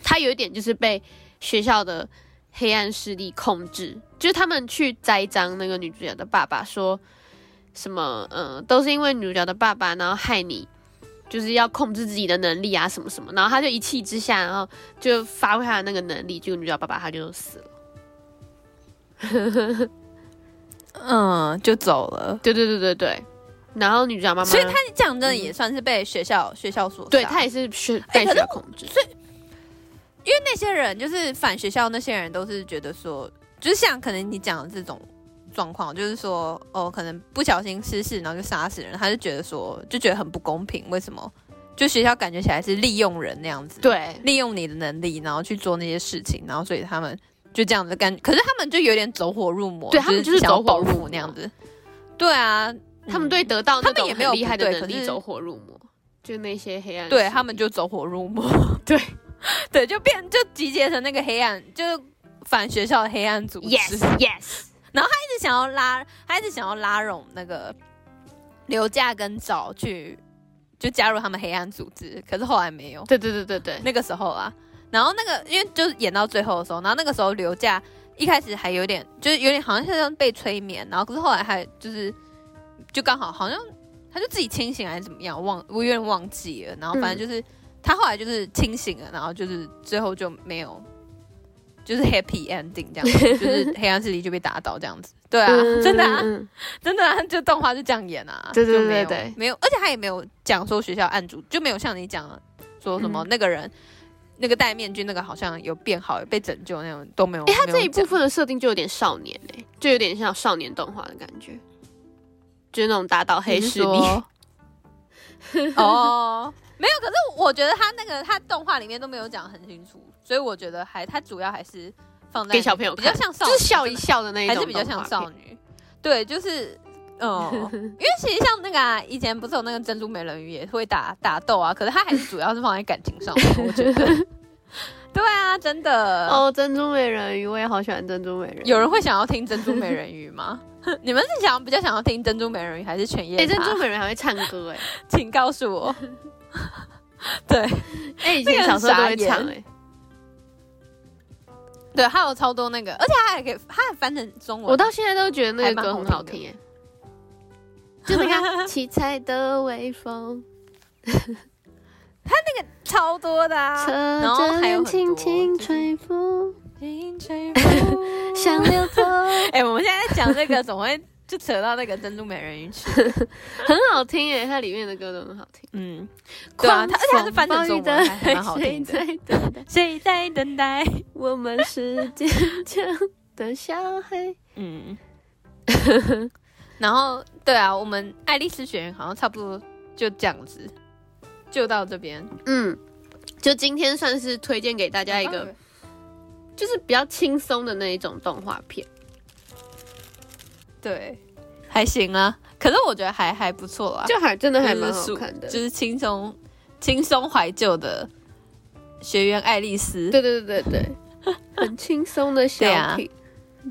D: 他有一点就是被学校的黑暗势力控制，就是他们去栽赃那个女主角的爸爸说什么，嗯、都是因为女主角的爸爸，然后害你就是要控制自己的能力啊什么什么，然后他就一气之下，然后就发挥他的那个能力，结果女主角爸爸他就死了。
C: 嗯就走了。
D: 对对对对对，然后女主角妈妈，
C: 所以他讲
D: 嗯
C: 的也算是被学校、学校所杀
D: 对他也是学被
C: 哎可
D: 学
C: 是
D: 校控制。
C: 因为那些人就是反学校那些人都是觉得说，就是像可能你讲的这种状况，就是说哦，可能不小心失事然后就杀死人，他就觉得说就觉得很不公平，为什么？就学校感觉起来是利用人那样子，，
D: 对，
C: 利用你的能力然后去做那些事情，然后所以他们就这样子感，可是他们就有点走火入魔，
D: 对他们就是
C: 想要
D: 走火入
C: 报复
D: 魔
C: 那样子，对啊，
D: 他们
C: 嗯
D: 对得到那
C: 他们
D: 种
C: 也没
D: 很
C: 有
D: 厉害的
C: 不对
D: 能
C: 可
D: 力
C: 是
D: 走火入魔，就那些黑暗势力，
C: 对他们就走火入魔，
D: 对
C: 对，就变就集结成那个黑暗，就是反学校的黑暗组织
D: yes
A: 嗯
C: 他
D: yes，
C: 一直想要拉，他一直想要拉拢那个刘价跟赵去，就加入他们黑暗组织，可是后来没有，
D: 对对对 对对，
C: 那个时候啊，然后那个因为就是演到最后的时候，然后那个时候刘价一开始还有点就是有点好像像被催眠，然后可是后来还就是就刚好好像他就自己清醒还是怎么样，忘我有点忘记了，然后
D: 嗯
C: 反正就是、他后来就是清醒了，然后就是最后就没有。就是 happy ending 这样子，就是黑暗势力就被打倒这样子，对啊，
D: 嗯
C: 真的啊，
D: 嗯嗯
C: 真的啊，就动画就这样演啊，
D: 对对
C: 就没有
D: 对对对
C: 没有，而且他也没有讲说学校案主，就没有像你讲的说什么
D: 嗯
C: 那个人、那个戴面具那个好像有变好，有被拯救那种都没有。
D: 哎，他
C: 没
D: 这
C: 有
D: 一部
C: 讲
D: 分的设定就有点少年哎、就有点像少年动画的感觉，就是那种打倒黑势力
C: 你，是 说 哦，没有，可是我觉得他那个他动画里面都没有讲得很清楚，所以我觉得还他主要还是放在
D: 给小朋友
C: 比较
D: 看，
C: 像少
D: 就是
C: 女
D: 笑
C: 真
D: 一
C: 的
D: 笑的那一
C: 还
D: 种，
C: 是比较像少。女。对，就是。哦， 因为其实像那个、啊、以前不是有那个珍珠美人鱼也会打打斗啊，可是他还是主要是放在感情上面，我觉得。 对啊，真的。
D: 哦，珍珠美人鱼，我也好喜欢珍珠美人鱼。
C: 有人会想要听珍珠美人鱼吗？ 你们是想比较想要听珍珠美人鱼还是犬夜
D: 哎、
C: 叉？
D: 珍珠美人鱼还会唱歌 哎、
C: 请告诉 我。对
D: 哎、以前小时候都会唱
C: 这个很傻
D: 哎、
C: 对，还有超多那个，而且他还可以，他还翻成中文。
D: 我到现在都觉得那
C: 还
D: 个
C: 蛮
D: 歌
C: 好
D: 很好
C: 听的
D: 听哎、就 那个七彩的微风，
C: 超多的啊， 然后还有很多就是
D: 拂，
C: 青 春风
D: 像流头，
C: 哎、我们现在在讲这个，怎么会就扯到那个珍珠美人鱼去？
D: 很好听哎，它里面的歌都很好听。
C: 嗯，对啊，它而且它是翻成中文，还蛮好听的。
D: 谁在等待
C: 谁在等待？
D: 我们是坚强的小孩？
C: 嗯， 然后对啊，我们爱丽丝学院好像差不多就这样子，就到这边
D: 嗯，就今天算是推荐哦给大家一个，就是比较轻松的那一种动画片。
C: 对，还行啊。可是我觉得还还不错啦，
D: 就还真的还
C: 就是
D: 蛮好
C: 属
D: 看的。
C: 就是轻松轻松怀旧的学员爱丽丝。
D: 对对对对对，很轻松的小
C: 对啊
D: 品。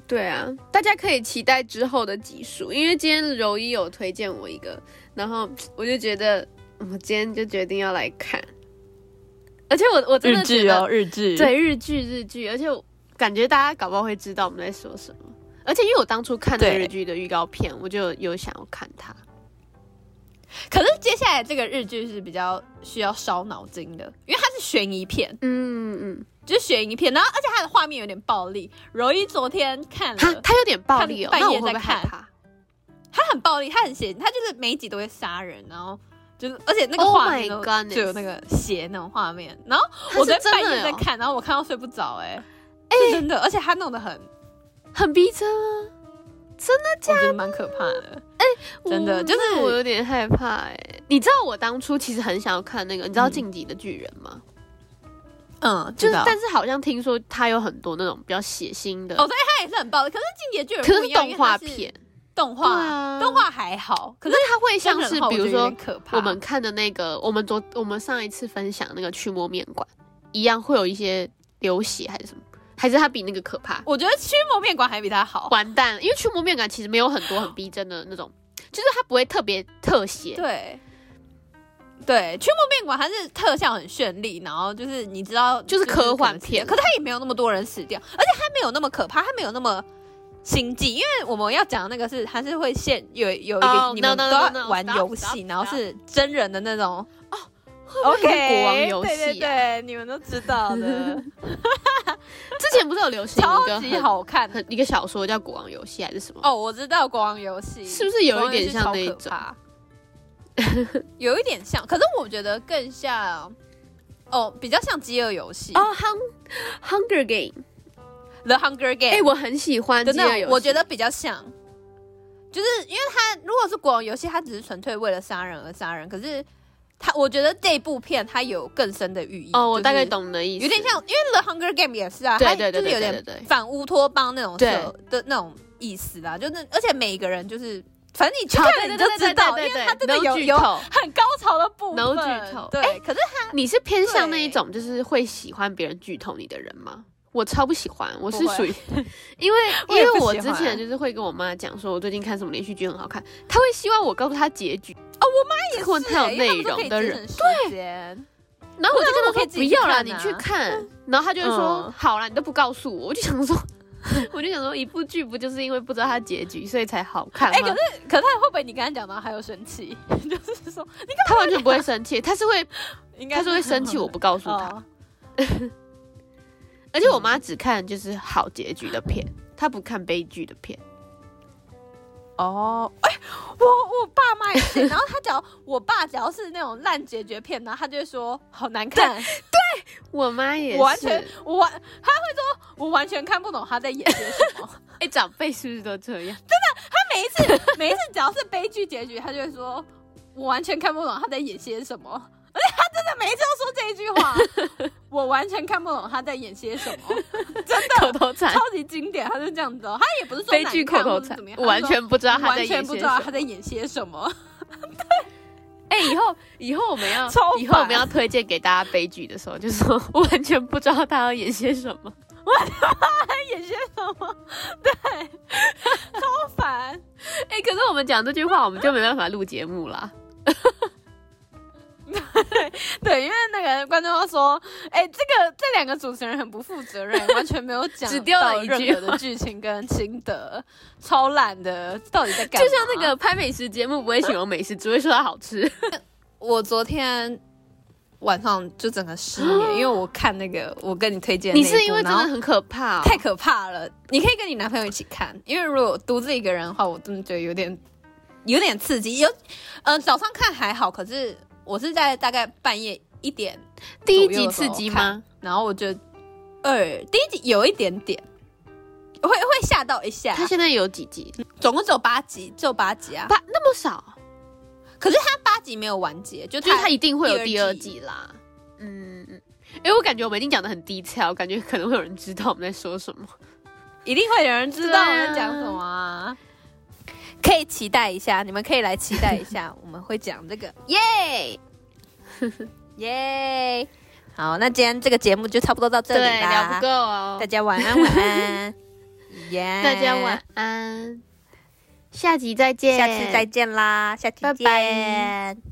D: 对啊，大家可以期待之后的集数，因为今天柔一有推荐我一个，然后我就觉得我今天就决定要来看，而且我我真
C: 日
D: 的觉
C: 剧
D: 得
C: 哦，日剧。
D: 对日剧日剧，而且我感觉大家搞不好会知道我们在说什么，而且因为我当初看的
C: 对
D: 日剧的预告片，我就有想要看它，
C: 可是接下来这个日剧是比较需要烧脑筋的，因为它是悬疑片，
D: 嗯嗯，
C: 就是悬疑片，然后而且它的画面有点暴力。柔一昨天看
D: 它
C: 了，
D: 它有点暴力哦，
C: 嗯看半
D: 那我
C: 夜
D: 会不会
C: 在
D: 害
C: 看
D: 怕？
C: 它很暴力，它很血，它就是每一集都会杀人，然后就是而且那个
D: Oh
C: 画面
D: my
C: 都
D: goodness
C: 就有那个血那种画面。然后
D: 它
C: 我
D: 是
C: 在
D: 真
C: 半
D: 的
C: 夜在
D: 哦
C: 看，然后我看到睡不着、哎、是真的，而且它弄得很，
D: 很逼真啊。
C: 我觉得蛮可怕的。真的
D: 嗯
C: 就是
D: 那我有点害怕哎、你知道我当初其实很想要看那个，你知道《晋级的巨人》吗？
C: 嗯，就是
D: 就
C: 是，但
D: 但是好像听说它有很多那种比较血腥的，
C: 哦对它也是很暴力。可是《进阶巨人》
D: 可
C: 不
D: 是
C: 一样
D: 动画，
C: 因为
D: 片，
C: 它是动画、
D: 对啊
C: 动画还好，可
D: 可
C: 是
D: 是它会像
C: 真
D: 是
C: 人的话
D: 比如
C: 我觉得有
D: 说
C: 点可怕，
D: 我们看的那个，我们昨我们上一次分享那个驱魔面馆一样，会有一些流血还是什么，还是它比那个可怕？
C: 我觉得驱魔面馆还比它好。
D: 完蛋了，因为驱魔面馆其实没有很多很逼真的那种，就是它不会特别特写，
C: 对，对，驱魔面馆它是特效很绚丽，然后就是你知道
D: 就是科幻片
C: 可能死掉可它也没有那么多人死掉，而且它没有那么可怕，它没有那么。心悸，因为我们要讲的那个是，它是会现有有一个、
D: 哦
C: 你
D: no,
C: 们
D: no,
C: 都
D: no, no,
C: 要玩
D: stop,
C: 游
D: stop,
C: 戏
D: stop 哦
C: 然后是真人的那种
D: 会不会是
C: OK
D: 国王游戏啊
C: 对对对，你们都知道 的，
D: 之前不是有流行一
C: 超
D: 个
C: 级
D: 很
C: 好看
D: 很一个小说叫《国王游戏》还是什么？
C: 哦！我知道国王游戏
D: 是不是有一点像那一
C: 一
D: 种？，
C: 有一点像，可是我觉得更像哦，比较像饥饿游戏
D: 哦，《Hun Hunger Game》
C: The Hunger Game》
D: 哎、我很喜欢
C: 的
D: 这个
C: 那
D: 游
C: 种，
D: 戏，
C: 我觉得比较像，就是因为它如果是国王游戏，它只是纯粹为了杀人而杀人，可是它我觉得这部片它有更深的寓意
D: 哦，我
C: 就是
D: 大概懂你的意思，
C: 有点像，因为《The Hunger Game》也是啊，
D: 对
C: 它
D: 对对
C: 就是
D: 对
C: 有
D: 对
C: 点
D: 对对
C: 反乌托邦那种
D: 对
C: 社的那种意思啦，就那而且每一个人就是，反正你去
D: 好
C: 看
D: 对
C: 了你
D: 对
C: 就
D: 对对
C: 知道，
D: 对对
C: 因为
D: 对
C: 它真的
D: no
C: 有
D: 剧
C: 有
D: 透
C: 很高潮的部分
D: No 剧透哎
C: 对，可是它
D: 你是偏向那一
C: 对
D: 种，就是会喜欢别人剧透你的人吗？我超不喜欢，我是
C: 不会
D: 属于，因为
C: 我
D: 因
C: 也不
D: 为
C: 喜
D: 我
C: 欢
D: 之前就是会跟我妈讲说，我最近看什么连续剧很好看，她会希望我告诉她结局哦，我妈也
C: 是啊欸
D: 她有
C: 因为他
D: 内
C: 们都可以
D: 容的
C: 节
D: 人，
C: 省时间
D: 然后我就跟他
C: 我可
D: 说
C: 以自
D: 不
C: 己
D: 要啦，
C: 看
D: 你
C: 啊
D: 去看。然后他就会说、
C: 嗯
D: 好啦，你都不告诉我，我就想 说，我就想说，一部剧不就是因为不知道它结局，所以才好看吗？
C: 哎、可是可是他会不会你刚才讲到还有生气？就是说你
D: 他完全不会生气，他是会，
C: 啊应该
D: 他是会生气，我不告诉他。
C: 哦
D: 而且我妈只看就是好结局的片，她不看悲剧的片。
C: 哦，哎、我我爸妈也是，然后他只要我爸只要是那种烂解决片，然后他就会说好难看，
D: 我妈也
C: 我完全我完他会说我完全看不懂他在演些 什么。
D: 哎、长辈是不是都这样？
C: 每一次每一次只要是悲剧结局，他就会说我完全看不懂他在演些 什么，而且他真的每一次都说这一句话，我完全看不懂他在演些什么。
D: 口头禅
C: 超，级经典，他就这样子哦。他也不是说
D: 悲剧
C: 难看
D: 口头
C: 或者
D: 禅
C: 怎么，样，
D: 我完
C: 他
D: 全不知道
C: 就说
D: 她在
C: 完全
D: 演
C: 不
D: 些
C: 知
D: 什
C: 道
D: 么
C: 他。在演些什么。
D: 哎、以后以后我们要
C: 超
D: 以后我们
C: 烦
D: 要推荐给大家悲剧的时候，就说我完全不知道他要演些什么。
C: 他演些什么？对，超烦。
D: 哎、可是我们讲这句话，我们就没办法录节目啦。
C: 对，因为那个观众说，哎、这个这两个主持人很不负责任，完全没有讲
D: 只丢了
C: 到
D: 一
C: 任
D: 句
C: 何的剧情跟心得，超烂的，到底在
D: 就
C: 干嘛？
D: 像那个拍美食节目不会形容美食，只会说它好吃。
C: 我昨天。晚上就整个失 眠，因为我看那个，我跟你推荐
D: 你
C: 那一
D: 是因
C: 部
D: 为真
C: 然
D: 的
C: 后
D: 很可怕、哦，
C: 太可怕了！你可以跟你男朋友一起看，因为如果独自一个人的话，我真的觉得有点有点刺激。有，呃，早上看还好，可是我是在大概半夜一点，
D: 第一集刺激
C: 左右
D: 吗？
C: 然后我就二第一集有一点点，会会吓到一下。
D: 它现在有几集？
C: 总共只有八集，只有八集啊，
D: 八那么少，
C: 它八集没有完结，就
D: 就是
C: 它
D: 它一定会有第
C: 第
D: 二
C: 二
D: 季
C: 季
D: 啦。嗯嗯，因为我感觉我们已经讲的很低调，我感觉可能会有人知道我们在说什么。
C: 一定会有人知道我
D: 对啊
C: 在讲什么啊。 可以期待一下，你们可以来期待一下，我们会讲这个，耶、耶、好，那今天这个节目就差不多到这里
D: 对，
C: 啦，
D: 聊不够哦
C: 大。家晚安，晚 安，耶、
D: 大家晚，安，下集再见，
C: 下次再见啦，下期
D: 拜
C: 见。
D: 拜